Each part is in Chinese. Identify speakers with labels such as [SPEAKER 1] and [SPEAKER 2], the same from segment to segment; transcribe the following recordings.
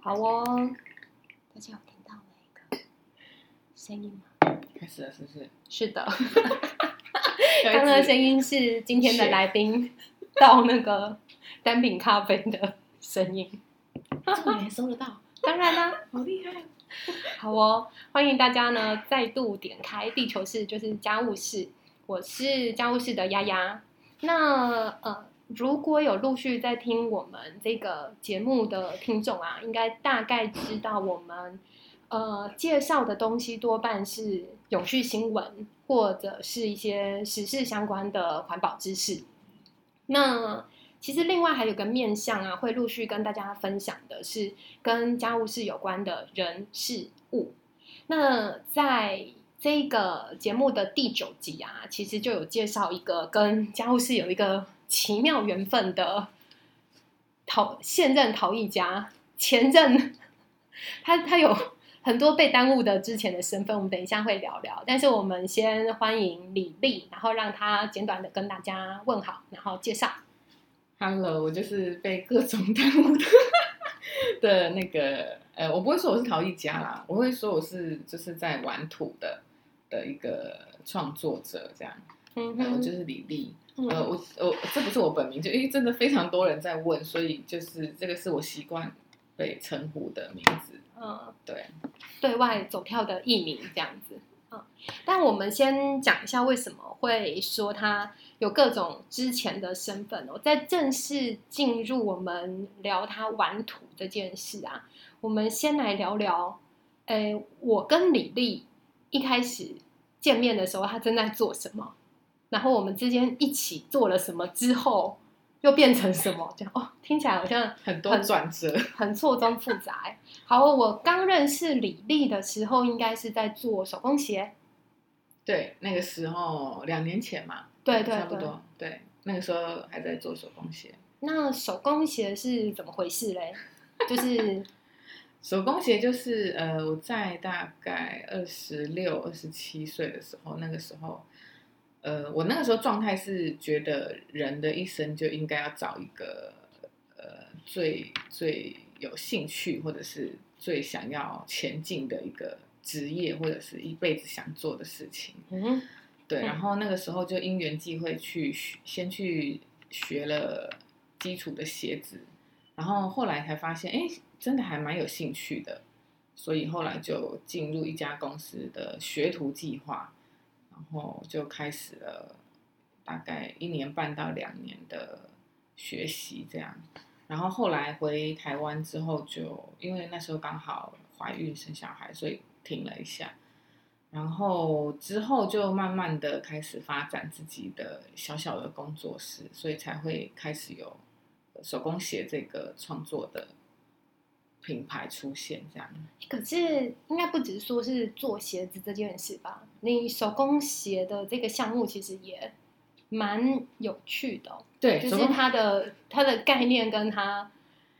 [SPEAKER 1] 好哦，大家有听到那个声音吗？
[SPEAKER 2] 开始了是不是？
[SPEAKER 1] 是的，
[SPEAKER 2] 有一
[SPEAKER 1] 刚刚的
[SPEAKER 2] 只
[SPEAKER 1] 声音是今天的
[SPEAKER 2] 是
[SPEAKER 1] 来宾倒那个单品咖啡的声音。
[SPEAKER 2] 这个你还搜得到，
[SPEAKER 1] 当然啦，
[SPEAKER 2] 好厉害！
[SPEAKER 1] 好哦，欢迎大家呢再度点开地球室，就是家务室，我是家务室的丫丫。那呃，如果有陆续在听我们这个节目的听众啊，应该大概知道我们呃介绍的东西多半是永续新闻或者是一些时事相关的环保知识。那其实另外还有个面向啊，会陆续跟大家分享的是跟家务事有关的人事物。那在这个节目的第九集啊，其实就有介绍一个跟家务事有一个奇妙缘分的陶现任陶艺家，前任他他有很多被耽误的之前的身份，我们等一下会聊聊。但是我们先欢迎李丽，然后让她简短的跟大家问好，然后介绍。
[SPEAKER 2] Hello，我就是被各种耽误的的那个呃，我不会说我是陶艺家啦，我会说我是就是在玩土的的一个创作者这样。
[SPEAKER 1] 嗯
[SPEAKER 2] 呃我
[SPEAKER 1] 哼，
[SPEAKER 2] 就是李丽。
[SPEAKER 1] 嗯
[SPEAKER 2] 呃，我我这不是我本名，就因为真的非常多人在问，所以就是这个是我习惯被称呼的名字。
[SPEAKER 1] 嗯，
[SPEAKER 2] 对，
[SPEAKER 1] 对外走跳的艺名这样子。嗯，但我们先讲一下为什么会说他有各种之前的身份哦。在正式进入我们聊他玩土这件事啊，我们先来聊聊，诶，我跟李丽一开始见面的时候，他正在做什么，然后我们之间一起做了什么之后。又变成什么？这样哦，听起来好像
[SPEAKER 2] 很多转折。
[SPEAKER 1] 很错综复杂欸。好，我刚认识李丽的时候，应该是在做手工鞋。
[SPEAKER 2] 对，那个时候两年前嘛，
[SPEAKER 1] 对对
[SPEAKER 2] 差不
[SPEAKER 1] 对
[SPEAKER 2] 多。对，那个时候还在做手工鞋。
[SPEAKER 1] 那手工鞋是怎么回事嘞？ 就是
[SPEAKER 2] 手工鞋就是呃，我在大概二十六、二十七岁的时候，那个时候，呃，我那个时候状态是觉得人的一生就应该要找一个呃最最有兴趣或者是最想要前进的一个职业，或者是一辈子想做的事情。
[SPEAKER 1] 嗯
[SPEAKER 2] 对，
[SPEAKER 1] 嗯
[SPEAKER 2] 然后那个时候就因缘际会去学先去学了基础的鞋子，然后后来才发现，哎，真的还蛮有兴趣的，所以后来就进入一家公司的学徒计划，然后就开始了大概一年半到两年的学习这样，然后后来回台湾之后就，因为那时候刚好怀孕生小孩，所以停了一下。然后之后就慢慢的开始发展自己的小小的工作室，所以才会开始有呃手工鞋这个创作的品牌出现。这样，
[SPEAKER 1] 可是应该不只说是做鞋子这件事吧？你手工鞋的这个项目其实也蛮有趣的哦、
[SPEAKER 2] 对，
[SPEAKER 1] 就
[SPEAKER 2] 手
[SPEAKER 1] 是
[SPEAKER 2] 工
[SPEAKER 1] 它的它的概念跟它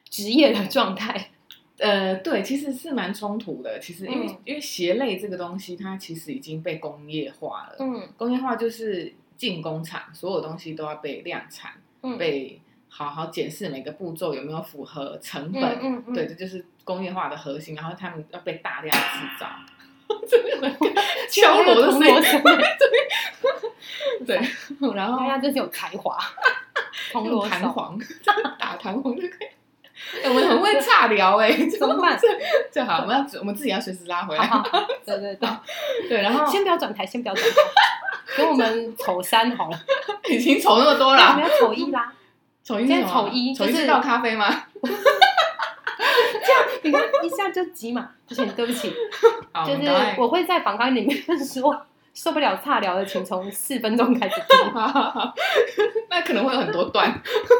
[SPEAKER 1] 职业的状态。
[SPEAKER 2] 呃，对，其实是蛮冲突的。其实因为、
[SPEAKER 1] 嗯
[SPEAKER 2] 因为鞋类这个东西，它其实已经被工业化了。
[SPEAKER 1] 嗯
[SPEAKER 2] 工业化就是进工厂，所有东西都要被量产，
[SPEAKER 1] 嗯，
[SPEAKER 2] 被好好检视每个步骤有没有符合成本。
[SPEAKER 1] 嗯嗯嗯，
[SPEAKER 2] 对，这就是工业化的核心，然后他们要被大量制造， 这边有 人敲锣的
[SPEAKER 1] 铜
[SPEAKER 2] 声
[SPEAKER 1] 锣
[SPEAKER 2] 音，
[SPEAKER 1] 声 欸
[SPEAKER 2] 对，然后
[SPEAKER 1] 大家真是有才华， 铜
[SPEAKER 2] 用
[SPEAKER 1] 锣
[SPEAKER 2] 弹
[SPEAKER 1] 手。
[SPEAKER 2] 簧打弹簧就 可以。哎，我们很会岔聊哎，这
[SPEAKER 1] 怎么 办？
[SPEAKER 2] 这好，我们要我们自己要随时拉回来。
[SPEAKER 1] 好好， 对对对，
[SPEAKER 2] 对，然后
[SPEAKER 1] 哎先不要转台，先不要转 台，跟我们丑三好 了，
[SPEAKER 2] 已经丑那么多
[SPEAKER 1] 我
[SPEAKER 2] 了
[SPEAKER 1] 们，要丑一啦。
[SPEAKER 2] 丑一
[SPEAKER 1] 现
[SPEAKER 2] 是
[SPEAKER 1] 在
[SPEAKER 2] 什么
[SPEAKER 1] 丑一
[SPEAKER 2] 丑一
[SPEAKER 1] 就是
[SPEAKER 2] 是倒咖啡吗？
[SPEAKER 1] 你看一下就急嘛，不行，对不起，
[SPEAKER 2] 好，我
[SPEAKER 1] 就
[SPEAKER 2] 们
[SPEAKER 1] 是
[SPEAKER 2] 赶快
[SPEAKER 1] 我会在访纲里面说 受不了差聊的，请从四分钟开始听。
[SPEAKER 2] 好好好 那可能会有很多段。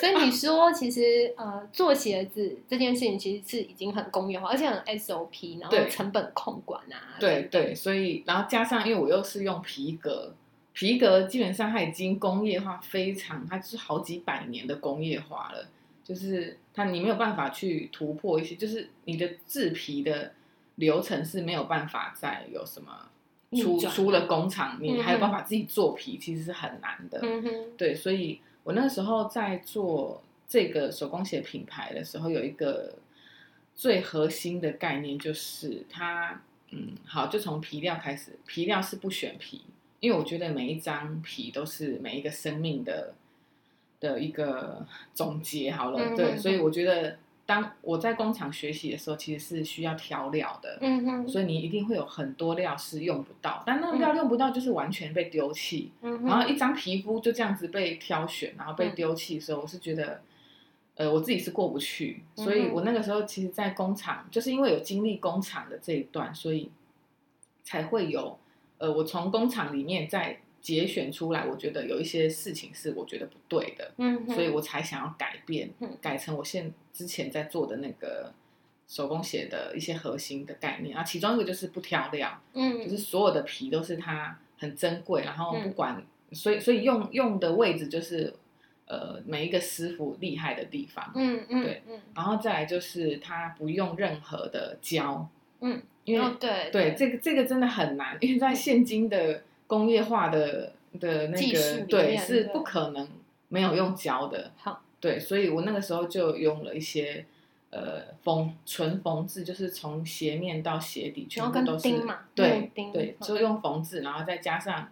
[SPEAKER 1] 所以你说，其实呃，做鞋子这件事情其实是已经很工业化，而且很 SOP，然后
[SPEAKER 2] 对
[SPEAKER 1] 成本控管啊，
[SPEAKER 2] 对对，所以然后加上，因为我又是用皮革，皮革基本上它已经工业化非常，它是好几百年的工业化了，就是它你没有办法去突破一些，就是你的制皮的流程是没有办法再有什么
[SPEAKER 1] 逆
[SPEAKER 2] 出
[SPEAKER 1] 转
[SPEAKER 2] 出了工厂，你还有
[SPEAKER 1] 嗯
[SPEAKER 2] 办法自己做皮，其实是很难的。
[SPEAKER 1] 嗯哼，
[SPEAKER 2] 对，所以我那时候在做这个手工鞋品牌的时候，有一个最核心的概念就是它，嗯，好，就从皮料开始，皮料是不选皮，因为我觉得每一张皮都是每一个生命的的一个总结。好了，
[SPEAKER 1] 嗯
[SPEAKER 2] 对，
[SPEAKER 1] 嗯
[SPEAKER 2] 所以我觉得当我在工厂学习的时候，其实是需要调料的。
[SPEAKER 1] 嗯哼，
[SPEAKER 2] 所以你一定会有很多料是用不到，但那个料用不到就是完全被丢弃，
[SPEAKER 1] 嗯
[SPEAKER 2] 然
[SPEAKER 1] 哼，
[SPEAKER 2] 后一张皮肤就这样子被挑选，然后被
[SPEAKER 1] 嗯
[SPEAKER 2] 丢弃，所以我是觉得，呃，我自己是过不去，
[SPEAKER 1] 嗯哼
[SPEAKER 2] 所以我那个时候其实，在工厂就是因为有经历工厂的这一段，所以才会有，呃，我从工厂里面再节选出来，我觉得有一些事情是我觉得不对的，
[SPEAKER 1] 嗯哼，
[SPEAKER 2] 所以我才想要改变
[SPEAKER 1] 嗯，
[SPEAKER 2] 改成我现之前在做的那个手工写的一些核心的概念啊，其中一个就是不挑料，就
[SPEAKER 1] 嗯
[SPEAKER 2] 是所有的皮都是它很珍贵，然后
[SPEAKER 1] 嗯
[SPEAKER 2] 不管，所以所以用用的位置就是呃每一个师傅厉害的地方，
[SPEAKER 1] 嗯嗯，
[SPEAKER 2] 对
[SPEAKER 1] 嗯，
[SPEAKER 2] 然后再来就是它不用任何的胶，
[SPEAKER 1] 嗯，
[SPEAKER 2] 因为、
[SPEAKER 1] 哦对
[SPEAKER 2] 对，这个这个真的很难，因为在现今的工业化的的那
[SPEAKER 1] 技术
[SPEAKER 2] 个
[SPEAKER 1] 里
[SPEAKER 2] 对
[SPEAKER 1] 面
[SPEAKER 2] 是
[SPEAKER 1] 对
[SPEAKER 2] 不可能没有用胶的。
[SPEAKER 1] 好，
[SPEAKER 2] 对，所以我那个时候就用了一些呃缝纯缝制，就是从鞋面到鞋底全
[SPEAKER 1] 然后
[SPEAKER 2] 部
[SPEAKER 1] 跟
[SPEAKER 2] 都是
[SPEAKER 1] 钉嘛用
[SPEAKER 2] 对
[SPEAKER 1] 钉
[SPEAKER 2] 对，
[SPEAKER 1] 嗯
[SPEAKER 2] 就用缝制，然后再加上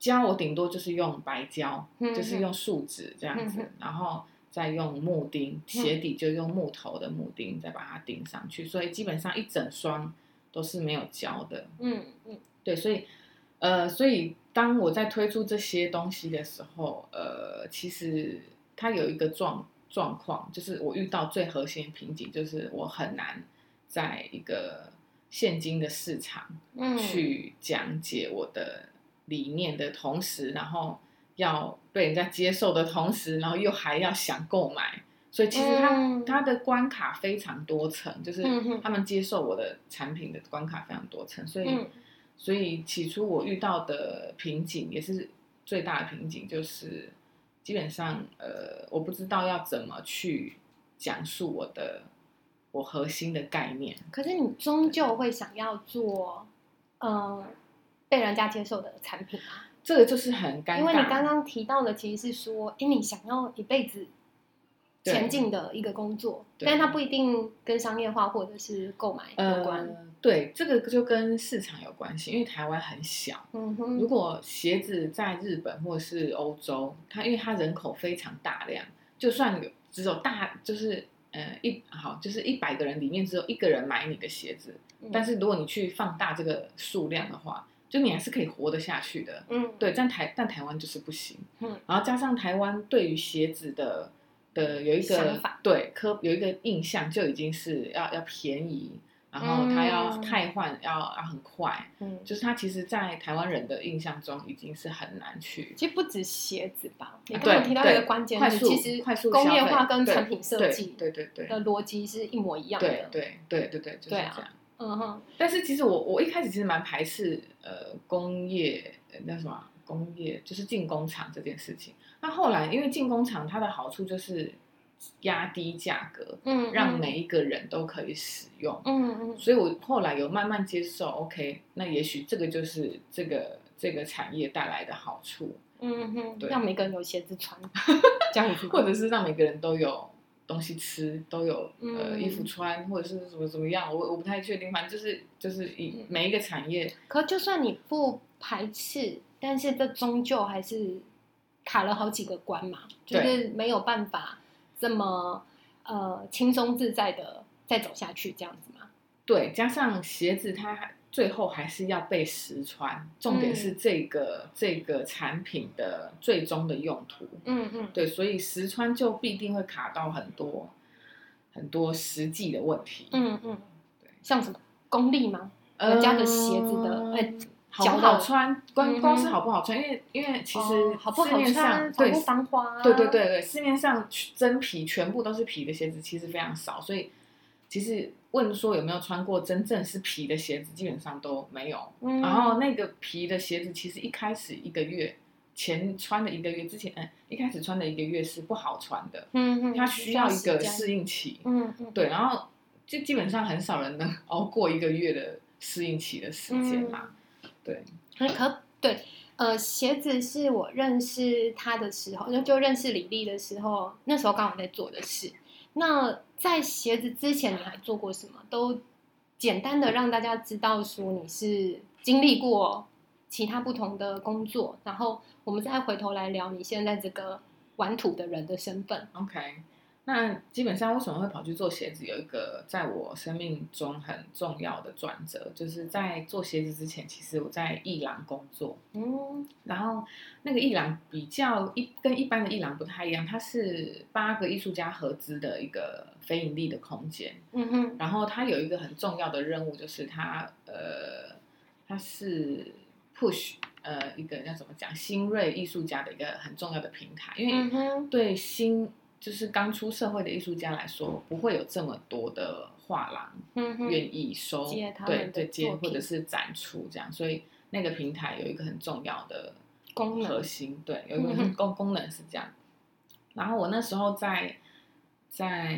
[SPEAKER 2] 胶，我顶多就是用白胶，
[SPEAKER 1] 嗯
[SPEAKER 2] 就是用树脂这样子，
[SPEAKER 1] 嗯
[SPEAKER 2] 然后再用木钉，鞋底就用木头的木钉再把它钉上去，所以基本上一整双都是没有胶的。
[SPEAKER 1] 嗯嗯
[SPEAKER 2] 对，所以呃，所以当我在推出这些东西的时候，呃，其实它有一个状状况，就是我遇到最核心的瓶颈，就是我很难在一个现今的市场
[SPEAKER 1] 嗯，
[SPEAKER 2] 去讲解我的理念的同时，然后要被人家接受的同时，然后又还要想购买。所以其实它、
[SPEAKER 1] 嗯
[SPEAKER 2] 它的关卡非常多层，就是
[SPEAKER 1] 嗯哼
[SPEAKER 2] 他们接受我的产品的关卡非常多层，所以
[SPEAKER 1] 嗯
[SPEAKER 2] 所以起初我遇到的瓶颈也是最大的瓶颈，就是基本上呃，我不知道要怎么去讲述我的我核心的概念。
[SPEAKER 1] 可是你终究会想要做，呃，被人家接受的产品啊，
[SPEAKER 2] 这个就是很尴尬，
[SPEAKER 1] 因为你刚刚提到的其实是说，哎，你想要一辈子
[SPEAKER 2] 对
[SPEAKER 1] 前进的一个工作，
[SPEAKER 2] 对
[SPEAKER 1] 但它不一定跟商业化或者是购买有关。
[SPEAKER 2] 呃，对，这个就跟市场有关系，因为台湾很小，
[SPEAKER 1] 嗯
[SPEAKER 2] 如
[SPEAKER 1] 哼，
[SPEAKER 2] 果鞋子在日本或者是欧洲，它因为它人口非常大量，就算有只有大就是呃一好就是一百个人里面只有一个人买你的鞋子，
[SPEAKER 1] 嗯
[SPEAKER 2] 但是如果你去放大这个数量的话，就你还是可以活得下去的。
[SPEAKER 1] 嗯，
[SPEAKER 2] 对，但台但台湾就是不行。
[SPEAKER 1] 嗯，
[SPEAKER 2] 然后加上台湾对于鞋子的的有一
[SPEAKER 1] 想
[SPEAKER 2] 个
[SPEAKER 1] 法
[SPEAKER 2] 对科有一个印象，就已经是要要便宜，然后它要
[SPEAKER 1] 嗯
[SPEAKER 2] 汰换要要很快，
[SPEAKER 1] 嗯，
[SPEAKER 2] 就是它其实，在台湾人的印象中已经是很难去
[SPEAKER 1] 其实不止鞋子吧，你
[SPEAKER 2] 啊
[SPEAKER 1] 刚刚
[SPEAKER 2] 对
[SPEAKER 1] 提到一个
[SPEAKER 2] 对
[SPEAKER 1] 关键
[SPEAKER 2] 快
[SPEAKER 1] 字，
[SPEAKER 2] 速
[SPEAKER 1] 其实
[SPEAKER 2] 快速
[SPEAKER 1] 工业
[SPEAKER 2] 消费
[SPEAKER 1] 化跟
[SPEAKER 2] 对
[SPEAKER 1] 产品设
[SPEAKER 2] 对
[SPEAKER 1] 计
[SPEAKER 2] 对对对
[SPEAKER 1] 的逻辑是一模一样
[SPEAKER 2] 对
[SPEAKER 1] 的。
[SPEAKER 2] 对对对对，就是这
[SPEAKER 1] 对啊
[SPEAKER 2] 样。
[SPEAKER 1] 嗯哼，
[SPEAKER 2] 但是其实我我一开始其实蛮排斥呃工业呃那什么啊工业就是进工厂这件事情。那后来因为进工厂它的好处就是压低价格，
[SPEAKER 1] 嗯，
[SPEAKER 2] 让
[SPEAKER 1] 嗯
[SPEAKER 2] 每一个人都可以使用。
[SPEAKER 1] 嗯嗯
[SPEAKER 2] 所以我后来有慢慢接受，OK，那也许这个就是这个这个产业带来的好处，
[SPEAKER 1] 嗯哼，
[SPEAKER 2] 对
[SPEAKER 1] 让每个人有鞋子穿，这样子
[SPEAKER 2] 或者是让每个人都有东西吃，都有呃
[SPEAKER 1] 嗯
[SPEAKER 2] 衣服穿，或者是怎么怎么样，我我不太确定，反正就是就是以
[SPEAKER 1] 嗯
[SPEAKER 2] 每一个产业
[SPEAKER 1] 可就算你不排斥，但是这终究还是卡了好几个关嘛，就
[SPEAKER 2] 对
[SPEAKER 1] 是没有办法这么呃轻松自在的再走下去这样子嘛。
[SPEAKER 2] 对，加上鞋子它还最后还是要被实穿，重点
[SPEAKER 1] 嗯
[SPEAKER 2] 是这个、这个产品的最终的用途。
[SPEAKER 1] 嗯嗯
[SPEAKER 2] 对，所以实穿就必定会卡到很多很多实际的问题。
[SPEAKER 1] 嗯嗯
[SPEAKER 2] 对，
[SPEAKER 1] 像什么功力吗？
[SPEAKER 2] 呃，
[SPEAKER 1] 人家的鞋子的哎
[SPEAKER 2] 好
[SPEAKER 1] 脚的嗯
[SPEAKER 2] 不好穿，光光是好不好穿，因为因为其实
[SPEAKER 1] 哦好不
[SPEAKER 2] 市
[SPEAKER 1] 好
[SPEAKER 2] 面
[SPEAKER 1] 穿，
[SPEAKER 2] 上
[SPEAKER 1] 防
[SPEAKER 2] 对
[SPEAKER 1] 不防滑、啊？
[SPEAKER 2] 对对对，对，市面上真皮全部都是皮的鞋子，其实非常少，所以其实问说有没有穿过真正是皮的鞋子，基本上都没有。
[SPEAKER 1] 嗯、
[SPEAKER 2] 然后那个皮的鞋子，其实一开始一个月前穿的一个月之前，嗯，一开始穿的一个月是不好穿的，
[SPEAKER 1] 嗯嗯，
[SPEAKER 2] 它需要一
[SPEAKER 1] 时
[SPEAKER 2] 个
[SPEAKER 1] 间
[SPEAKER 2] 适应期。
[SPEAKER 1] 嗯嗯
[SPEAKER 2] 对，然后就基本上很少人能熬过一个月的适应期的时间嘛。
[SPEAKER 1] 可可对，呃，鞋子是我认识他的时候，就就认识李丽的时候，那时候刚好在做的事。那在鞋子之前，你还做过什么？都简单的让大家知道说你是经历过其他不同的工作，然后我们再回头来聊你现在这个玩土的人的身份。
[SPEAKER 2] OK，那基本上为什么会跑去做鞋子？有一个在我生命中很重要的转折，就是在做鞋子之前，其实我在艺廊工作，
[SPEAKER 1] 嗯
[SPEAKER 2] 然后那个艺廊比较一跟一般的艺廊不太一样，它是八个艺术家合资的一个非盈利的空间，
[SPEAKER 1] 嗯哼，
[SPEAKER 2] 然后它有一个很重要的任务，就是它呃，它是 push 呃一个要怎么讲新锐艺术家的一个很重要的平台，因为、
[SPEAKER 1] 嗯哼，
[SPEAKER 2] 对新就是刚出社会的艺术家来说，不会有这么多的画廊
[SPEAKER 1] 嗯哼，
[SPEAKER 2] 愿意收、
[SPEAKER 1] 接他们
[SPEAKER 2] 对
[SPEAKER 1] 的
[SPEAKER 2] 对接
[SPEAKER 1] 作
[SPEAKER 2] 或
[SPEAKER 1] 品
[SPEAKER 2] 者是展出这样，所以那个平台有一个很重要的
[SPEAKER 1] 功
[SPEAKER 2] 核
[SPEAKER 1] 能，
[SPEAKER 2] 心，对，有一 个
[SPEAKER 1] 嗯
[SPEAKER 2] 很
[SPEAKER 1] 哼
[SPEAKER 2] 功功能是这样。然后我那时候在在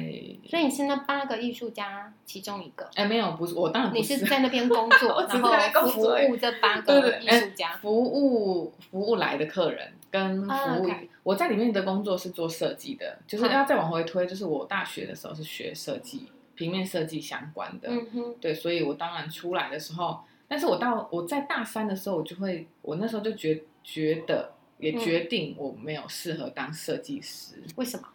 [SPEAKER 1] 所以你是那八个艺术家其中一个，
[SPEAKER 2] 哎没有不是我当然不
[SPEAKER 1] 你是在那边工 作，
[SPEAKER 2] 我只是
[SPEAKER 1] 然
[SPEAKER 2] 在那边
[SPEAKER 1] 后
[SPEAKER 2] 工
[SPEAKER 1] 服
[SPEAKER 2] 作而已
[SPEAKER 1] 务这八
[SPEAKER 2] 对
[SPEAKER 1] 个
[SPEAKER 2] 对
[SPEAKER 1] 艺
[SPEAKER 2] 哎
[SPEAKER 1] 术家。
[SPEAKER 2] 服务服务来的客人跟服务、
[SPEAKER 1] 啊，OK
[SPEAKER 2] 我在里面的工作是做设计的，就是
[SPEAKER 1] 嗯
[SPEAKER 2] 要再往回推，就是我大学的时候是学设计，平面设计相关的，
[SPEAKER 1] 嗯哼，
[SPEAKER 2] 对，所以我当然出来的时候，但是我到我在大三的时候，我就会，我那时候就觉觉得也
[SPEAKER 1] 嗯
[SPEAKER 2] 决定我没有适合当设计师，
[SPEAKER 1] 为什么？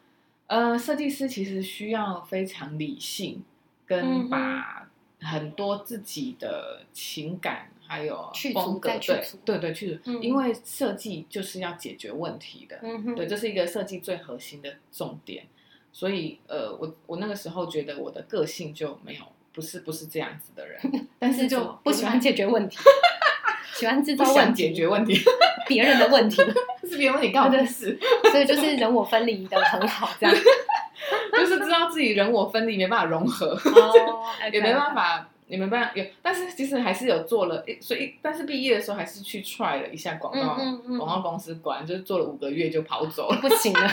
[SPEAKER 2] 呃，设计师其实需要非常理性，跟
[SPEAKER 1] 嗯哼
[SPEAKER 2] 把很多自己的情感还有
[SPEAKER 1] 去除
[SPEAKER 2] 风格，
[SPEAKER 1] 再去
[SPEAKER 2] 对
[SPEAKER 1] 除
[SPEAKER 2] 对对，去除，
[SPEAKER 1] 嗯
[SPEAKER 2] 因为设计就是要解决问题的，
[SPEAKER 1] 嗯哼，
[SPEAKER 2] 对，这是一个设计最核心的重点。所以，呃，我我那个时候觉得我的个性就没有不是不是这样子 的人，但是
[SPEAKER 1] 就
[SPEAKER 2] 就
[SPEAKER 1] 不喜欢解决问 题，喜欢制
[SPEAKER 2] 不
[SPEAKER 1] 造问
[SPEAKER 2] 想
[SPEAKER 1] 题，
[SPEAKER 2] 解决问题，
[SPEAKER 1] 别人的问 题，
[SPEAKER 2] 是别人问题干我屁事，
[SPEAKER 1] 所以就是人我分离的很好，这 样。
[SPEAKER 2] 就是知道自己人我分离，没办法融合。
[SPEAKER 1] 哦，
[SPEAKER 2] 也没
[SPEAKER 1] 法。
[SPEAKER 2] 办法，也没办法有，但是其实还是有做了，诶所以但是毕业的时候还是去 try 了一下广告，
[SPEAKER 1] 嗯嗯
[SPEAKER 2] 广告
[SPEAKER 1] 嗯，
[SPEAKER 2] 公司果然就是做了五个月就跑走了，
[SPEAKER 1] 不行了。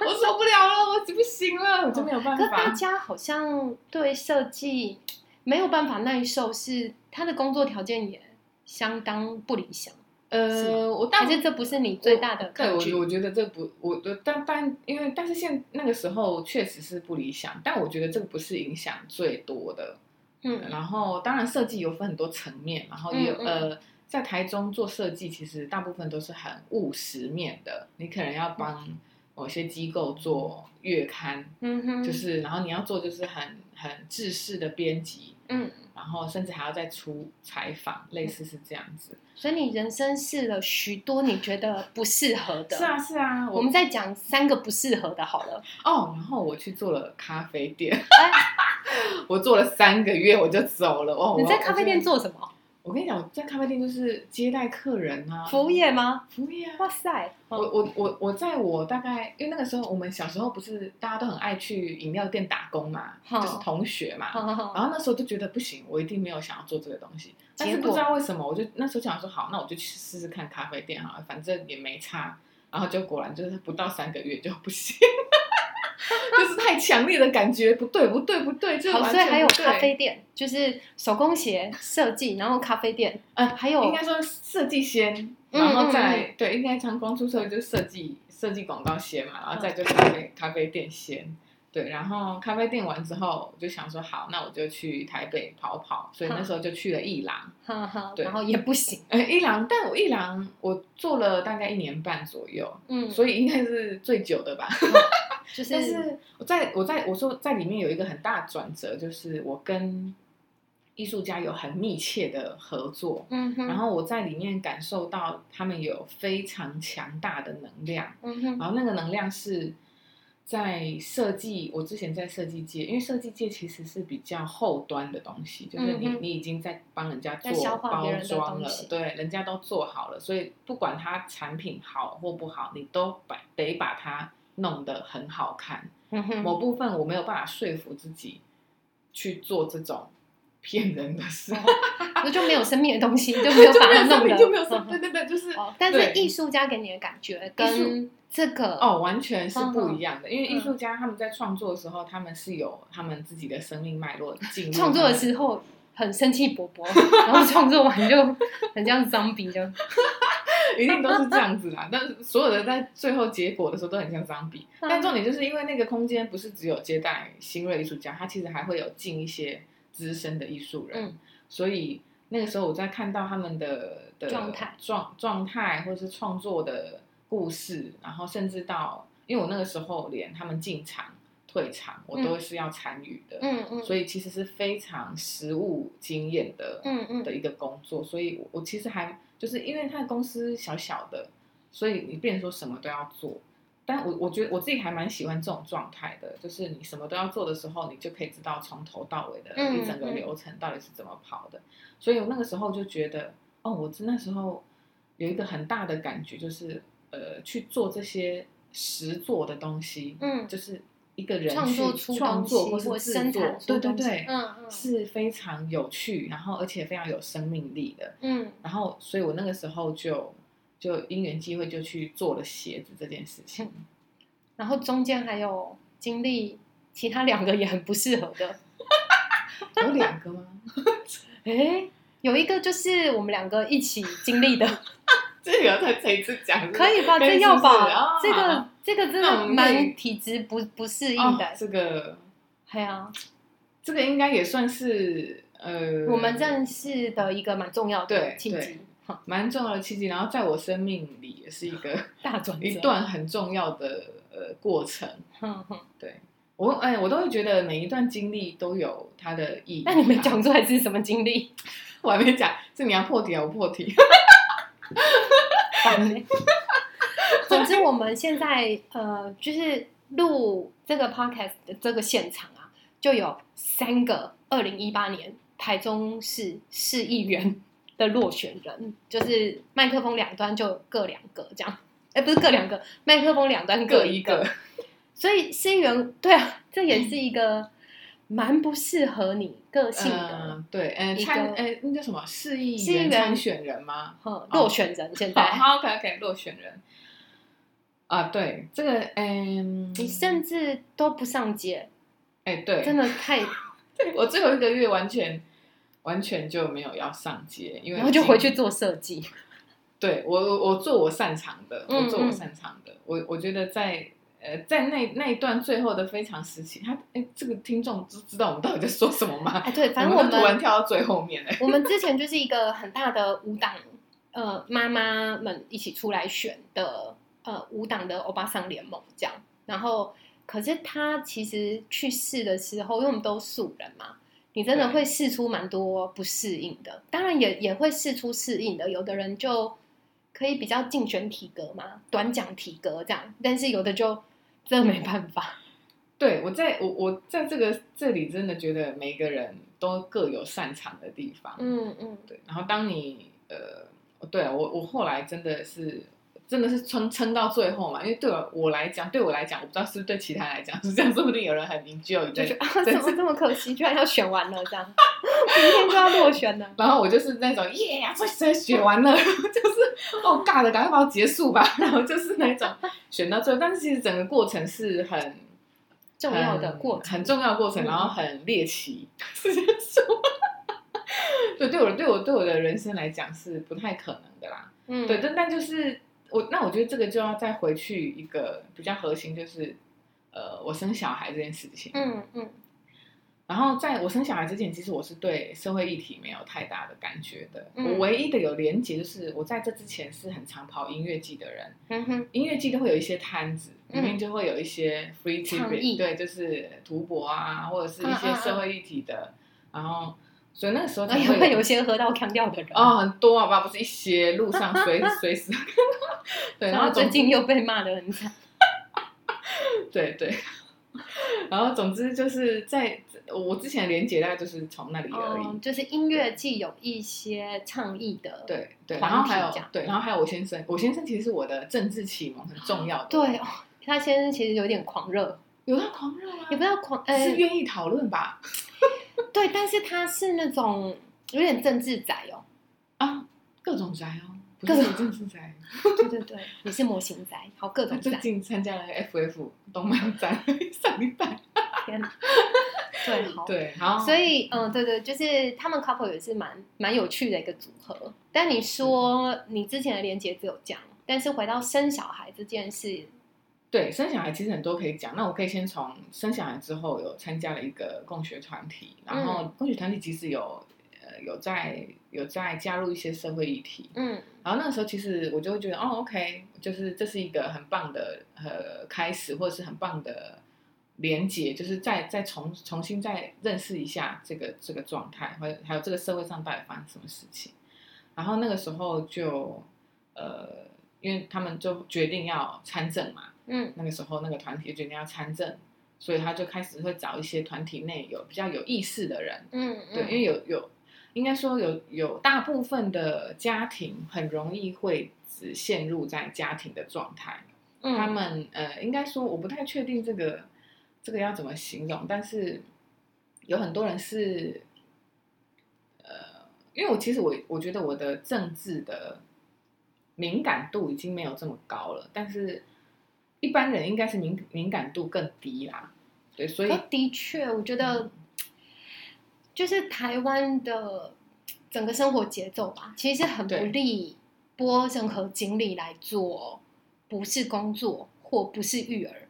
[SPEAKER 2] 我受不了了，我不行了，我就没有办
[SPEAKER 1] 哦可是大
[SPEAKER 2] 法。
[SPEAKER 1] 家好像对设计没有办法耐受，是他的工作条件也相当不理想，是
[SPEAKER 2] 呃，我但
[SPEAKER 1] 但是这不是你最大的
[SPEAKER 2] 对
[SPEAKER 1] 抗拒
[SPEAKER 2] 我，我觉得这不，我我但但因为但是现那个时候确实是不理想，但我觉得这个不是影响最多的。
[SPEAKER 1] 嗯
[SPEAKER 2] 然后当然设计有分很多层面，然后也有、
[SPEAKER 1] 嗯
[SPEAKER 2] 呃，在台中做设计，其实大部分都是很务实面的，你可能要帮某些机构做月刊，
[SPEAKER 1] 嗯哼，
[SPEAKER 2] 就是然后你要做就是很很制式的编辑，
[SPEAKER 1] 嗯，
[SPEAKER 2] 然后甚至还要再出采访，类似是这样子。
[SPEAKER 1] 所以你人生试了许多你觉得不适合的。
[SPEAKER 2] 是啊，是啊，
[SPEAKER 1] 我
[SPEAKER 2] 我
[SPEAKER 1] 们再讲三个不适合的好了。
[SPEAKER 2] 哦，然后我去做了咖啡店，
[SPEAKER 1] 哎，
[SPEAKER 2] 我做了三个月我就走了。哦，
[SPEAKER 1] 你
[SPEAKER 2] 我
[SPEAKER 1] 在咖啡店？
[SPEAKER 2] 我就
[SPEAKER 1] 做什么？
[SPEAKER 2] 我跟你讲，我在咖啡店就是接待客人啊，
[SPEAKER 1] 服务业吗？
[SPEAKER 2] 服务业啊，
[SPEAKER 1] 哇塞，
[SPEAKER 2] 我
[SPEAKER 1] 嗯
[SPEAKER 2] 我我我在我大概，因为那个时候我们小时候不是大家都很爱去饮料店打工嘛，
[SPEAKER 1] 嗯
[SPEAKER 2] 就是同学嘛。
[SPEAKER 1] 好好好，
[SPEAKER 2] 然后那时候就觉得不行，我一定没有想要做这个东西。但是
[SPEAKER 1] 结
[SPEAKER 2] 不
[SPEAKER 1] 果
[SPEAKER 2] 知道为什么，我就那时候想说好，那我就去试试看咖啡店好了，反正也没差。然后就果然就是不到三个月就不行， 就是太强烈的感觉不对不对不对，就是
[SPEAKER 1] 好，
[SPEAKER 2] 完
[SPEAKER 1] 所以
[SPEAKER 2] 全
[SPEAKER 1] 还有
[SPEAKER 2] 不对
[SPEAKER 1] 咖啡店，就是手工鞋设计，然后咖啡店，
[SPEAKER 2] 嗯
[SPEAKER 1] 还有
[SPEAKER 2] 应该说设计先，
[SPEAKER 1] 嗯
[SPEAKER 2] 然后再来、对，应该常光出社会就是设计设计广告先嘛，
[SPEAKER 1] 嗯
[SPEAKER 2] 然后再就咖啡、咖啡店先。对，然后咖啡店完之后，我就想说好，那我就去台北跑跑，所以
[SPEAKER 1] 嗯
[SPEAKER 2] 那时候就去了伊朗。
[SPEAKER 1] 哈哈，
[SPEAKER 2] 对
[SPEAKER 1] 然后也不行，
[SPEAKER 2] 呃，伊朗，但我伊朗我做了大概一年半左右，
[SPEAKER 1] 嗯，
[SPEAKER 2] 所以应该是最久的吧。
[SPEAKER 1] 就
[SPEAKER 2] 但
[SPEAKER 1] 是
[SPEAKER 2] 是我在我在我说在里面有一个很大的转折，就是我跟艺术家有很密切的合作。
[SPEAKER 1] 嗯哼，
[SPEAKER 2] 然后我在里面感受到他们有非常强大的能量，
[SPEAKER 1] 嗯哼，
[SPEAKER 2] 然后那个能量是在设计。我之前在设计界，因为设计界其实是比较后端的东西，就是你、
[SPEAKER 1] 嗯哼
[SPEAKER 2] 你已经在帮人家做
[SPEAKER 1] 在消化别
[SPEAKER 2] 包
[SPEAKER 1] 人的
[SPEAKER 2] 装了
[SPEAKER 1] 东西，
[SPEAKER 2] 对，人家都做好了，所以不管它产品好或不好，你都把得把它弄得很好看。
[SPEAKER 1] 嗯哼，
[SPEAKER 2] 某部分我没有办法说服自己去做这种骗人的事。
[SPEAKER 1] 哦那就没有生命的东西，就没有把它弄
[SPEAKER 2] 生
[SPEAKER 1] 的，
[SPEAKER 2] 命， 就没有生
[SPEAKER 1] 嗯
[SPEAKER 2] 对对对，就是
[SPEAKER 1] 哦，但
[SPEAKER 2] 对
[SPEAKER 1] 是艺术家给你的感觉跟这个
[SPEAKER 2] 哦，完全是
[SPEAKER 1] 嗯
[SPEAKER 2] 不一样的。因为艺术家他们在创作的时候，他们是有他们自己的生命脉络进入
[SPEAKER 1] 创作的
[SPEAKER 2] 他们
[SPEAKER 1] 时候很生气勃勃，然后创作完就很像 zombie 这样，
[SPEAKER 2] 一定都是这样子啦。但是所有的在最后结果的时候都很像脏笔，
[SPEAKER 1] 嗯
[SPEAKER 2] 但重点就是因为那个空间不是只有接待新锐艺术家，它其实还会有进一些资深的艺术人，
[SPEAKER 1] 嗯
[SPEAKER 2] 所以那个时候我在看到他们的的
[SPEAKER 1] 状态
[SPEAKER 2] 状状态或者是创作的故事，然后甚至到因为我那个时候连他们进场退场我都是要参与的，
[SPEAKER 1] 嗯嗯
[SPEAKER 2] 所以其实是非常实务经验的，
[SPEAKER 1] 嗯
[SPEAKER 2] 的
[SPEAKER 1] 嗯，
[SPEAKER 2] 一个工作，所以我我其实还就是因为他的公司小小的，所以你变成说什么都要做。但我我觉得我自己还蛮喜欢这种状态的，就是你什么都要做的时候，你就可以知道从头到尾的
[SPEAKER 1] 嗯
[SPEAKER 2] 一整个流程到底是怎么跑的。所以我那个时候就觉得，哦，我那时候有一个很大的感觉，就是呃，去做这些实做的东西，
[SPEAKER 1] 嗯
[SPEAKER 2] 就是一个人
[SPEAKER 1] 创
[SPEAKER 2] 去
[SPEAKER 1] 作出
[SPEAKER 2] 创
[SPEAKER 1] 东
[SPEAKER 2] 作
[SPEAKER 1] 西
[SPEAKER 2] 或是制
[SPEAKER 1] 生
[SPEAKER 2] 作
[SPEAKER 1] 产，出
[SPEAKER 2] 对对
[SPEAKER 1] 东西
[SPEAKER 2] 对，
[SPEAKER 1] 嗯嗯
[SPEAKER 2] 是非常有趣，然后而且非常有生命力的。
[SPEAKER 1] 嗯
[SPEAKER 2] 然后，所以我那个时候就就因缘机会就去做了鞋子这件事情。
[SPEAKER 1] 然后中间还有经历其他两个也很不适合 的，
[SPEAKER 2] 有两个吗？
[SPEAKER 1] 哎，有一个就是我们两个一起经历的，
[SPEAKER 2] 这个要在这一次讲
[SPEAKER 1] 可以吧？
[SPEAKER 2] 可以
[SPEAKER 1] 这要
[SPEAKER 2] 是不是
[SPEAKER 1] 吧
[SPEAKER 2] 啊？
[SPEAKER 1] 这个这个真
[SPEAKER 2] 那
[SPEAKER 1] 的
[SPEAKER 2] 我们可以
[SPEAKER 1] 蛮体质不不适应
[SPEAKER 2] 哦
[SPEAKER 1] 的，，
[SPEAKER 2] 这个
[SPEAKER 1] 对啊，
[SPEAKER 2] 这个应该也算是呃，
[SPEAKER 1] 我们认识的一个蛮重要的
[SPEAKER 2] 对
[SPEAKER 1] 契
[SPEAKER 2] 对
[SPEAKER 1] 机，哈
[SPEAKER 2] 蛮重要的契机，然后在我生命里也是一 个
[SPEAKER 1] 大转折嗯
[SPEAKER 2] 一，段很重要的呃过程。
[SPEAKER 1] 哼哼
[SPEAKER 2] 我哎，我都会觉得每一段经历都有它的意义。
[SPEAKER 1] 那你们
[SPEAKER 2] 啊
[SPEAKER 1] 讲出来是什么经历？
[SPEAKER 2] 我还没讲，是你要破题啊，我破题。
[SPEAKER 1] 烦欸总之，我们现在呃，就是录这个 podcast 的这个现场啊，就有三个二零一八年台中市市议员的落选人，就是麦克风两端就各两个这样，哎、不是各两个，麦克风两端
[SPEAKER 2] 各
[SPEAKER 1] 一
[SPEAKER 2] 一个。
[SPEAKER 1] 所以市议员对啊，这也是一个蛮不适合你个性的。
[SPEAKER 2] 嗯，对，嗯，
[SPEAKER 1] 一
[SPEAKER 2] 参
[SPEAKER 1] 个
[SPEAKER 2] 呃那叫什么市议
[SPEAKER 1] 市议员
[SPEAKER 2] 员参选人吗？
[SPEAKER 1] 呃落选人现在，
[SPEAKER 2] 好，OK OK，落选人啊，对，这个嗯，
[SPEAKER 1] 你甚至都不上街，
[SPEAKER 2] 哎对，
[SPEAKER 1] 真的太
[SPEAKER 2] 我最后一个月完全完全就没有要上街，因为
[SPEAKER 1] 然后就
[SPEAKER 2] 已经
[SPEAKER 1] 回去做设计。
[SPEAKER 2] 对我我我做我擅长的，
[SPEAKER 1] 嗯
[SPEAKER 2] 我做我
[SPEAKER 1] 嗯
[SPEAKER 2] 擅长的，我我觉得在。呃，在那那一段最后的非常时期，他哎，这个听众知知道我们到底在说什么吗？
[SPEAKER 1] 哎，对，反正
[SPEAKER 2] 我
[SPEAKER 1] 我
[SPEAKER 2] 们都突然
[SPEAKER 1] 们
[SPEAKER 2] 跳到最后面了。
[SPEAKER 1] 我们之前就是一个很大的舞党，呃，妈妈们一起出来选的，呃，舞党的欧巴桑联盟这样。然后，可是他其实去试的时候，因为我们都素人嘛，你真的
[SPEAKER 2] 对
[SPEAKER 1] 会试出蛮多不适应的。当然也也会试出适应的，有的人就可以比较竞选体格嘛，短讲体格这样，但是有的就真的没办法。
[SPEAKER 2] 对我在我我在这个这里真的觉得每个人都各有擅长的地方，，
[SPEAKER 1] 嗯嗯，
[SPEAKER 2] 对。然后当你呃，对啊我我后来真的是真的是撑撑到最后嘛，因为对我我来讲，对我来讲，我不知道是不是对其他人来讲是这样，说不定有人很 enjoy
[SPEAKER 1] 就
[SPEAKER 2] 对
[SPEAKER 1] 觉得啊，怎么这么可惜，居然要选完了这 样，明天就要落选了。
[SPEAKER 2] 然后我就是那种耶，这这选完了， 就是哦尬的，赶快把它结束吧。 然后就是那种选到最后，但是其实整个过程是很
[SPEAKER 1] 重要的过
[SPEAKER 2] 很
[SPEAKER 1] 程，
[SPEAKER 2] 很重要的过程，
[SPEAKER 1] 嗯
[SPEAKER 2] 然后很猎奇， 是这样说吗。对，对我对我对我的人生来讲是不太可能的啦。
[SPEAKER 1] 嗯，
[SPEAKER 2] 对，但但就是我，那我觉得这个就要再回去一个比较核心，就是呃，我生小孩这件事情。，
[SPEAKER 1] 嗯嗯
[SPEAKER 2] 然后在我生小孩之前，其实我是对社会议题没有太大的感觉的。
[SPEAKER 1] 嗯
[SPEAKER 2] 我唯一的有连结就是我在这之前是很常跑音乐季的人，
[SPEAKER 1] 嗯哼，
[SPEAKER 2] 音乐季都会有一些摊子，里
[SPEAKER 1] 嗯
[SPEAKER 2] 面就会有一些 free
[SPEAKER 1] 倡
[SPEAKER 2] ticket，
[SPEAKER 1] 议
[SPEAKER 2] 对，就是图博啊，或者是一
[SPEAKER 1] 嗯
[SPEAKER 2] 些
[SPEAKER 1] 嗯嗯
[SPEAKER 2] 社会议题的，然后所以那个时候
[SPEAKER 1] 然
[SPEAKER 2] 才
[SPEAKER 1] 后也会
[SPEAKER 2] 有
[SPEAKER 1] 有一些喝到腔调的人。
[SPEAKER 2] 哦，很多好吧，不是一些路上 随随时，对，然
[SPEAKER 1] 然
[SPEAKER 2] 后
[SPEAKER 1] 后最
[SPEAKER 2] 总
[SPEAKER 1] 近又被骂的很惨，
[SPEAKER 2] 对对，然后总之就是在我之前连接大概就是从那里而已，
[SPEAKER 1] 哦，就是音乐季有一些倡议的，
[SPEAKER 2] 对对，
[SPEAKER 1] 团
[SPEAKER 2] 然后
[SPEAKER 1] 体
[SPEAKER 2] 还有
[SPEAKER 1] 这样
[SPEAKER 2] 对，然后还有我先生，我先生其实是我的政治启蒙很重要的，
[SPEAKER 1] 对哦，他先生其实有点狂热，
[SPEAKER 2] 有他狂热啊
[SPEAKER 1] 也，不知道狂，呃，
[SPEAKER 2] 是愿意讨论吧？
[SPEAKER 1] 对，但是他是那种有点政治仔哦，
[SPEAKER 2] 啊，各种宅哦，不是政治 宅，
[SPEAKER 1] 对对对，你是模型宅，好各
[SPEAKER 2] 他
[SPEAKER 1] 种
[SPEAKER 2] 最
[SPEAKER 1] 宅，
[SPEAKER 2] 近参加了 FF 动漫展， 上礼拜。
[SPEAKER 1] 天 哪，对，好。
[SPEAKER 2] 对，好，
[SPEAKER 1] 所以，嗯，对对，就是他们 couple 也是蛮蛮有趣的一个组合。但你说你之前的连接只有这样，但是回到生小孩这件事，
[SPEAKER 2] 对生小孩其实很多可以讲。那我可以先从生小孩之后有参加了一个共学团体，然后共学团体其实有呃有在有在加入一些社会议题，
[SPEAKER 1] 嗯
[SPEAKER 2] 然后那个时候其实我就会觉得哦，OK，就是这是一个很棒的呃开始，或者是很棒的连接，就是再再重重新再认识一下这个这个状态，或者还有这个社会上到底发生什么事情。然后那个时候就呃，因为他们就决定要参政嘛，
[SPEAKER 1] 嗯
[SPEAKER 2] 那个时候那个团体就决定要参政，所以他就开始会找一些团体内有比较有意识的人
[SPEAKER 1] 嗯，
[SPEAKER 2] 对，因为有有，应该说有有大部分的家庭很容易会只陷入在家庭的状态。
[SPEAKER 1] 嗯
[SPEAKER 2] 他们呃，应该说我不太确定这个这个要怎么形容，但是有很多人是呃，因为我其实我我觉得我的政治的敏感度已经没有这么高了，但是一般人应该是敏敏感度更低啦。对，所以
[SPEAKER 1] 可的确，我觉得就是台湾的整个生活节奏吧，其实很不
[SPEAKER 2] 对
[SPEAKER 1] 利拨任何精力来做不是工作或不是育儿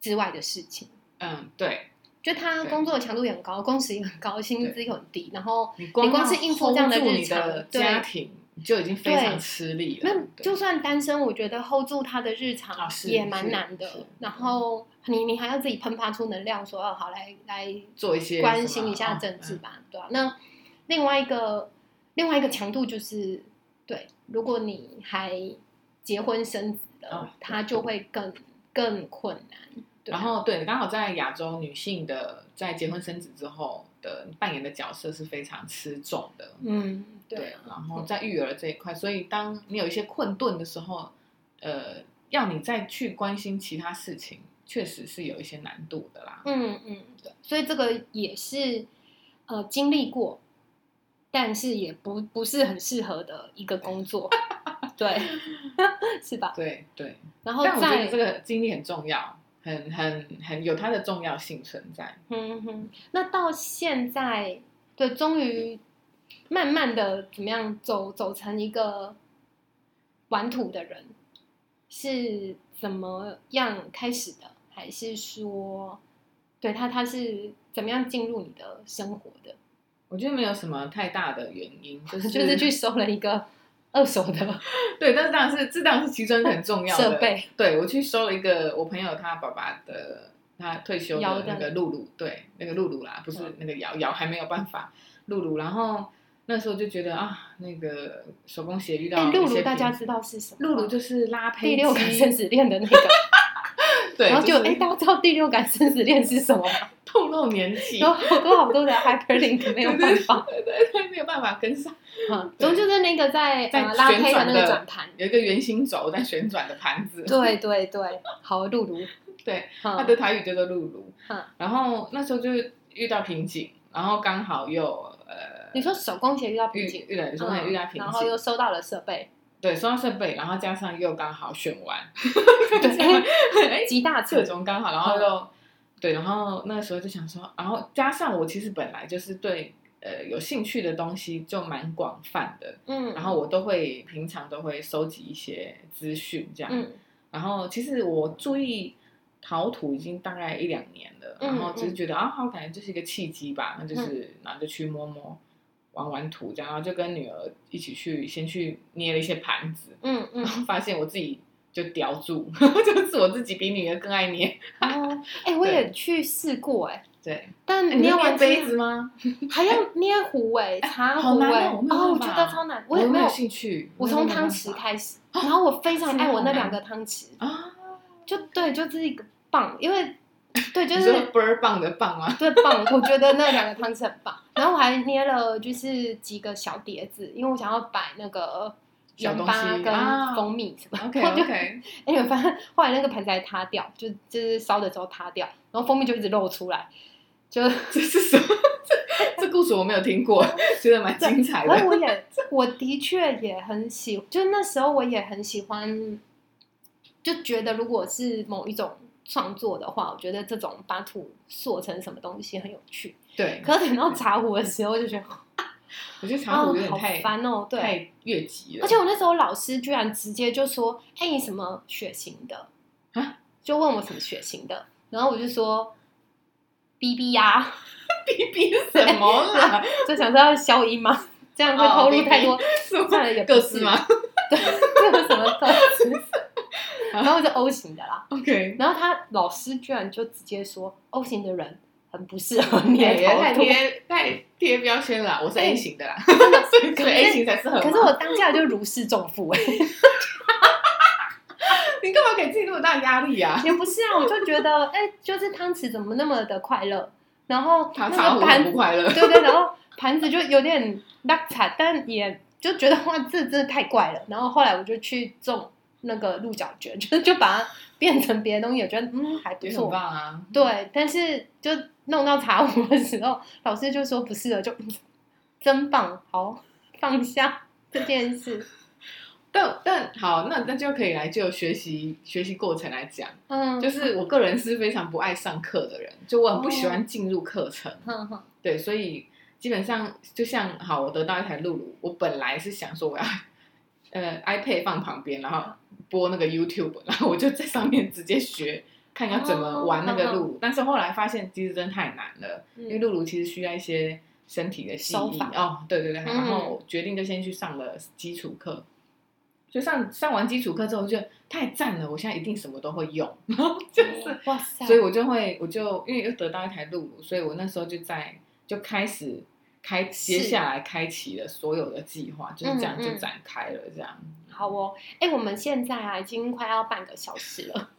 [SPEAKER 1] 之外的事情。
[SPEAKER 2] 嗯，对，
[SPEAKER 1] 就他
[SPEAKER 2] 对
[SPEAKER 1] 工作强度也很高，工时也很高，薪资
[SPEAKER 2] 对
[SPEAKER 1] 又很低，然后
[SPEAKER 2] 你
[SPEAKER 1] 你光
[SPEAKER 2] 要
[SPEAKER 1] 是应付这样的
[SPEAKER 2] hold 住
[SPEAKER 1] 日
[SPEAKER 2] 你
[SPEAKER 1] 常
[SPEAKER 2] 的
[SPEAKER 1] 对啊
[SPEAKER 2] 家庭就已经非
[SPEAKER 1] 对
[SPEAKER 2] 常吃力了。
[SPEAKER 1] 那
[SPEAKER 2] 对
[SPEAKER 1] 就算单身，我觉得 hold 住他的日常
[SPEAKER 2] 啊是
[SPEAKER 1] 也蛮
[SPEAKER 2] 是
[SPEAKER 1] 难
[SPEAKER 2] 是嗯
[SPEAKER 1] 的。然后你你还要自己喷发出能量，说哦好来来
[SPEAKER 2] 做一些
[SPEAKER 1] 关
[SPEAKER 2] 什
[SPEAKER 1] 心
[SPEAKER 2] 么
[SPEAKER 1] 一下
[SPEAKER 2] 哦
[SPEAKER 1] 政治
[SPEAKER 2] 嗯
[SPEAKER 1] 吧，对吧、啊那另外一个另外一个强度就是，对，如果你还结婚生子的
[SPEAKER 2] 哦，
[SPEAKER 1] 他就会更更困难。对啊
[SPEAKER 2] 然后对，刚好在亚洲女性的在结婚生子之后的扮演的角色是非常吃重的。
[SPEAKER 1] 嗯，对
[SPEAKER 2] 对
[SPEAKER 1] 啊，，
[SPEAKER 2] 然后在育儿这一块，所以当你有一些困顿的时候，呃，要你再去关心其他事情，确实是有一些难度的啦。
[SPEAKER 1] 嗯嗯，对，所以这个也是呃经历过，但是也不不是很适合的一个工 作，对， 是吧？
[SPEAKER 2] 对对，
[SPEAKER 1] 然后
[SPEAKER 2] 但我觉
[SPEAKER 1] 再
[SPEAKER 2] 得这个经历很重要，很很很有它的重要性存在。
[SPEAKER 1] 嗯哼，那到现在，对，终于慢慢的怎么样走走成一个玩土的人，是怎么样开始的？还是说，对他他是怎么样进入你的生活的？
[SPEAKER 2] 我觉得没有什么太大的原因， 就是
[SPEAKER 1] 就是去收了一个二手的
[SPEAKER 2] 对，但是当然是这当然是其中一个很重要的
[SPEAKER 1] 设。备，
[SPEAKER 2] 对我去收了一个我朋友他爸爸的他退休
[SPEAKER 1] 摇
[SPEAKER 2] 的
[SPEAKER 1] 的
[SPEAKER 2] 那个露露，对，那个露露啦，不是
[SPEAKER 1] 嗯
[SPEAKER 2] 那个瑶瑶还没有办法露露，然后那时候就觉得啊，那个手工鞋遇到
[SPEAKER 1] 哎，露
[SPEAKER 2] 啊一些
[SPEAKER 1] 露大家
[SPEAKER 2] 瓶
[SPEAKER 1] 知道是什么吗？
[SPEAKER 2] 露露就是拉胚
[SPEAKER 1] 第六感
[SPEAKER 2] 机
[SPEAKER 1] 生死恋的那个，
[SPEAKER 2] 对，
[SPEAKER 1] 然后就哎、
[SPEAKER 2] 是
[SPEAKER 1] 大家知道第六感生死恋是什么 吗？
[SPEAKER 2] 透露年纪，
[SPEAKER 1] 有好多好多的 hyperlink 没有办法。
[SPEAKER 2] 对对对，没有办法跟上，
[SPEAKER 1] 嗯，
[SPEAKER 2] 对
[SPEAKER 1] 总就是那个在
[SPEAKER 2] 在
[SPEAKER 1] 呃拉胚
[SPEAKER 2] 旋
[SPEAKER 1] 的
[SPEAKER 2] 转
[SPEAKER 1] 那
[SPEAKER 2] 的
[SPEAKER 1] 个转盘。
[SPEAKER 2] 有一个圆心轴在旋转的 盘子，
[SPEAKER 1] 对对对，好露露，
[SPEAKER 2] 对，
[SPEAKER 1] 嗯
[SPEAKER 2] 他的台语叫做露露
[SPEAKER 1] 嗯，
[SPEAKER 2] 然后那时候就遇到瓶颈，然后刚好又呃，
[SPEAKER 1] 你说手工鞋遇到
[SPEAKER 2] 遇
[SPEAKER 1] 瓶颈，
[SPEAKER 2] 遇到你说
[SPEAKER 1] 嗯
[SPEAKER 2] 遇到瓶
[SPEAKER 1] 然后
[SPEAKER 2] 颈，
[SPEAKER 1] 又收到了设备，
[SPEAKER 2] 对，收到设备，然后加上又刚好选完，
[SPEAKER 1] 对，嗯
[SPEAKER 2] 哎，
[SPEAKER 1] 集大
[SPEAKER 2] 各
[SPEAKER 1] 成，
[SPEAKER 2] 种刚好，然后又对，然后那时候就想说，然后加上我其实本来就是对呃有兴趣的东西就蛮广泛的，
[SPEAKER 1] 嗯，
[SPEAKER 2] 然后我都会平常都会收集一些资讯这样，
[SPEAKER 1] 嗯
[SPEAKER 2] 然后其实我注意陶土已经大概一两年了，
[SPEAKER 1] 嗯
[SPEAKER 2] 然后只是觉得啊，好，感觉就是一个契机吧，那就是然后就去摸摸。玩玩土这样，然后就跟女儿一起去，先去捏了一些盘子，
[SPEAKER 1] 嗯嗯
[SPEAKER 2] 然，后发现我自己就叼住， 就是我自己比女儿更爱捏。
[SPEAKER 1] 哦，哎，我也去试过哎，
[SPEAKER 2] 对，
[SPEAKER 1] 但
[SPEAKER 2] 哎你
[SPEAKER 1] 捏
[SPEAKER 2] 会
[SPEAKER 1] 完
[SPEAKER 2] 捏杯
[SPEAKER 1] 之
[SPEAKER 2] 子
[SPEAKER 1] 后
[SPEAKER 2] 吗？
[SPEAKER 1] 还要捏壶哎，茶
[SPEAKER 2] 好
[SPEAKER 1] 壶
[SPEAKER 2] 难哦
[SPEAKER 1] 哎，
[SPEAKER 2] 我没有
[SPEAKER 1] 哦，我觉
[SPEAKER 2] 办
[SPEAKER 1] 得
[SPEAKER 2] 法
[SPEAKER 1] 超难，我也
[SPEAKER 2] 没
[SPEAKER 1] 没有
[SPEAKER 2] 有兴趣。
[SPEAKER 1] 我
[SPEAKER 2] 没
[SPEAKER 1] 从
[SPEAKER 2] 有办
[SPEAKER 1] 汤
[SPEAKER 2] 法
[SPEAKER 1] 匙开始，然后我非常爱我那两个汤匙，
[SPEAKER 2] 啊，
[SPEAKER 1] 就对，就是一个棒，因 为对，就
[SPEAKER 2] 你说
[SPEAKER 1] 是
[SPEAKER 2] 倍儿棒的棒吗？
[SPEAKER 1] 对棒，我觉得那两个汤匙很棒。然后我还捏了就是几个小碟子，因为我想要摆那个
[SPEAKER 2] 小
[SPEAKER 1] 盐
[SPEAKER 2] 东
[SPEAKER 1] 巴
[SPEAKER 2] 西
[SPEAKER 1] 跟
[SPEAKER 2] 啊
[SPEAKER 1] 蜂蜜什么的。
[SPEAKER 2] OK
[SPEAKER 1] 然后就
[SPEAKER 2] OK，
[SPEAKER 1] 哎，你们发现后来那个盆子还塌掉，就就是烧的时候塌掉，然后蜂蜜就一直漏出来，就
[SPEAKER 2] 这是什么？这这故事我没有听过， 觉得蛮精彩
[SPEAKER 1] 而
[SPEAKER 2] 的。
[SPEAKER 1] 我也，我的确也很喜，就那时候我也很喜欢，就觉得如果是某一种创作的话，我觉得这种把土塑成什么东西很有趣。
[SPEAKER 2] 对，
[SPEAKER 1] 可等到茶壶的时候，就觉 得
[SPEAKER 2] 我觉得茶
[SPEAKER 1] 啊
[SPEAKER 2] 壶有点
[SPEAKER 1] 好
[SPEAKER 2] 太、
[SPEAKER 1] 烦哦，对。
[SPEAKER 2] 太越级了。
[SPEAKER 1] 而且我那时候老师居然直接就说：“哎、你什么血型的？”
[SPEAKER 2] 啊，
[SPEAKER 1] 就问我什么血型的，然后我就说 “B B 呀”，
[SPEAKER 2] B B 什么啦？
[SPEAKER 1] 就想说要消音吗？这样哎啊会透露太 多，
[SPEAKER 2] 什
[SPEAKER 1] 这样
[SPEAKER 2] 么
[SPEAKER 1] 也不
[SPEAKER 2] 哦各
[SPEAKER 1] 是
[SPEAKER 2] 自吗
[SPEAKER 1] 对，这有什么构思？ 然后我就 O 型的啦，
[SPEAKER 2] ？OK，
[SPEAKER 1] 然后他老师居然就直接说 O 型的人很不适合
[SPEAKER 2] 也
[SPEAKER 1] 哎捏
[SPEAKER 2] 太
[SPEAKER 1] 头秃，
[SPEAKER 2] 贴太贴标签了啦。我是
[SPEAKER 1] 哎
[SPEAKER 2] A 型的啦，
[SPEAKER 1] 真的
[SPEAKER 2] 所以
[SPEAKER 1] 可
[SPEAKER 2] 所
[SPEAKER 1] 是
[SPEAKER 2] 以 A 型才适合吗。
[SPEAKER 1] 可是我当下就如释重负哎、
[SPEAKER 2] 你干嘛给自己那么大压力啊？
[SPEAKER 1] 也不是啊，我就觉得哎、就是汤匙怎么那么的快乐，然后
[SPEAKER 2] 他
[SPEAKER 1] 那个
[SPEAKER 2] 茶壶很
[SPEAKER 1] 盘
[SPEAKER 2] 不
[SPEAKER 1] 子，
[SPEAKER 2] 快乐。
[SPEAKER 1] 对对，然后盘子就有点拉惨，但也就觉得哇，这真的太怪了。然后后来我就去种那个鹿角蕨，就就把它变成别的东西，我觉得嗯还不
[SPEAKER 2] 也
[SPEAKER 1] 错
[SPEAKER 2] 很。棒啊！
[SPEAKER 1] 对，但是就弄到茶壶的时候，老师就说不适合，就嗯真棒，好放下这件事。
[SPEAKER 2] 但但好，那那就可以来就学习学习过程来讲。
[SPEAKER 1] 嗯，
[SPEAKER 2] 就是我个人是非常不爱上课的人，就我很不
[SPEAKER 1] 哦
[SPEAKER 2] 喜欢进入课程。
[SPEAKER 1] 哼哼，
[SPEAKER 2] 对，所以基本上就像好，我得到一台露露，我本来是想说我要呃 iPad 放旁边，然后播那个 YouTube，然后我就在上面直接学。看要怎
[SPEAKER 1] 哦
[SPEAKER 2] 么玩那个露露，但是后来发现其实真的太难了，因为
[SPEAKER 1] 嗯
[SPEAKER 2] 露露其实需要一些身体的记
[SPEAKER 1] 手
[SPEAKER 2] 忆
[SPEAKER 1] 法
[SPEAKER 2] 哦，对对对，然后
[SPEAKER 1] 嗯
[SPEAKER 2] 我决定就先去上了基础课，所以上上完基础课之后，我就觉得太赞了，我现在一定什么都会用， 然后就是
[SPEAKER 1] 哇塞，
[SPEAKER 2] 所以我就会，我就因为又得到一台露露，所以我那时候就在就开始开接下来开启了所有的计划，就是这样
[SPEAKER 1] 嗯
[SPEAKER 2] 就
[SPEAKER 1] 嗯
[SPEAKER 2] 展开了这样。
[SPEAKER 1] 好哦，哎、我们现在啊已经快要半个小时了。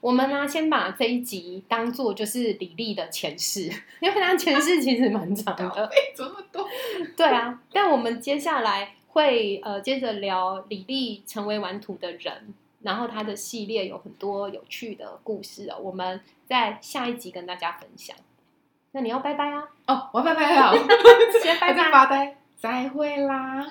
[SPEAKER 1] 我们呢、先把这一集当做就是李丽的前世，因为她前世其实蛮长的。
[SPEAKER 2] 哎怎么都
[SPEAKER 1] 对啊，但我们接下来会呃接着聊李丽成为玩土的人，然后她的系列有很多有趣的故事哦，我们在下一集跟大家分享。那你要拜拜啊，
[SPEAKER 2] 哦，我要拜拜了，
[SPEAKER 1] 先拜
[SPEAKER 2] 还在
[SPEAKER 1] 拜。
[SPEAKER 2] 发呆，再会啦。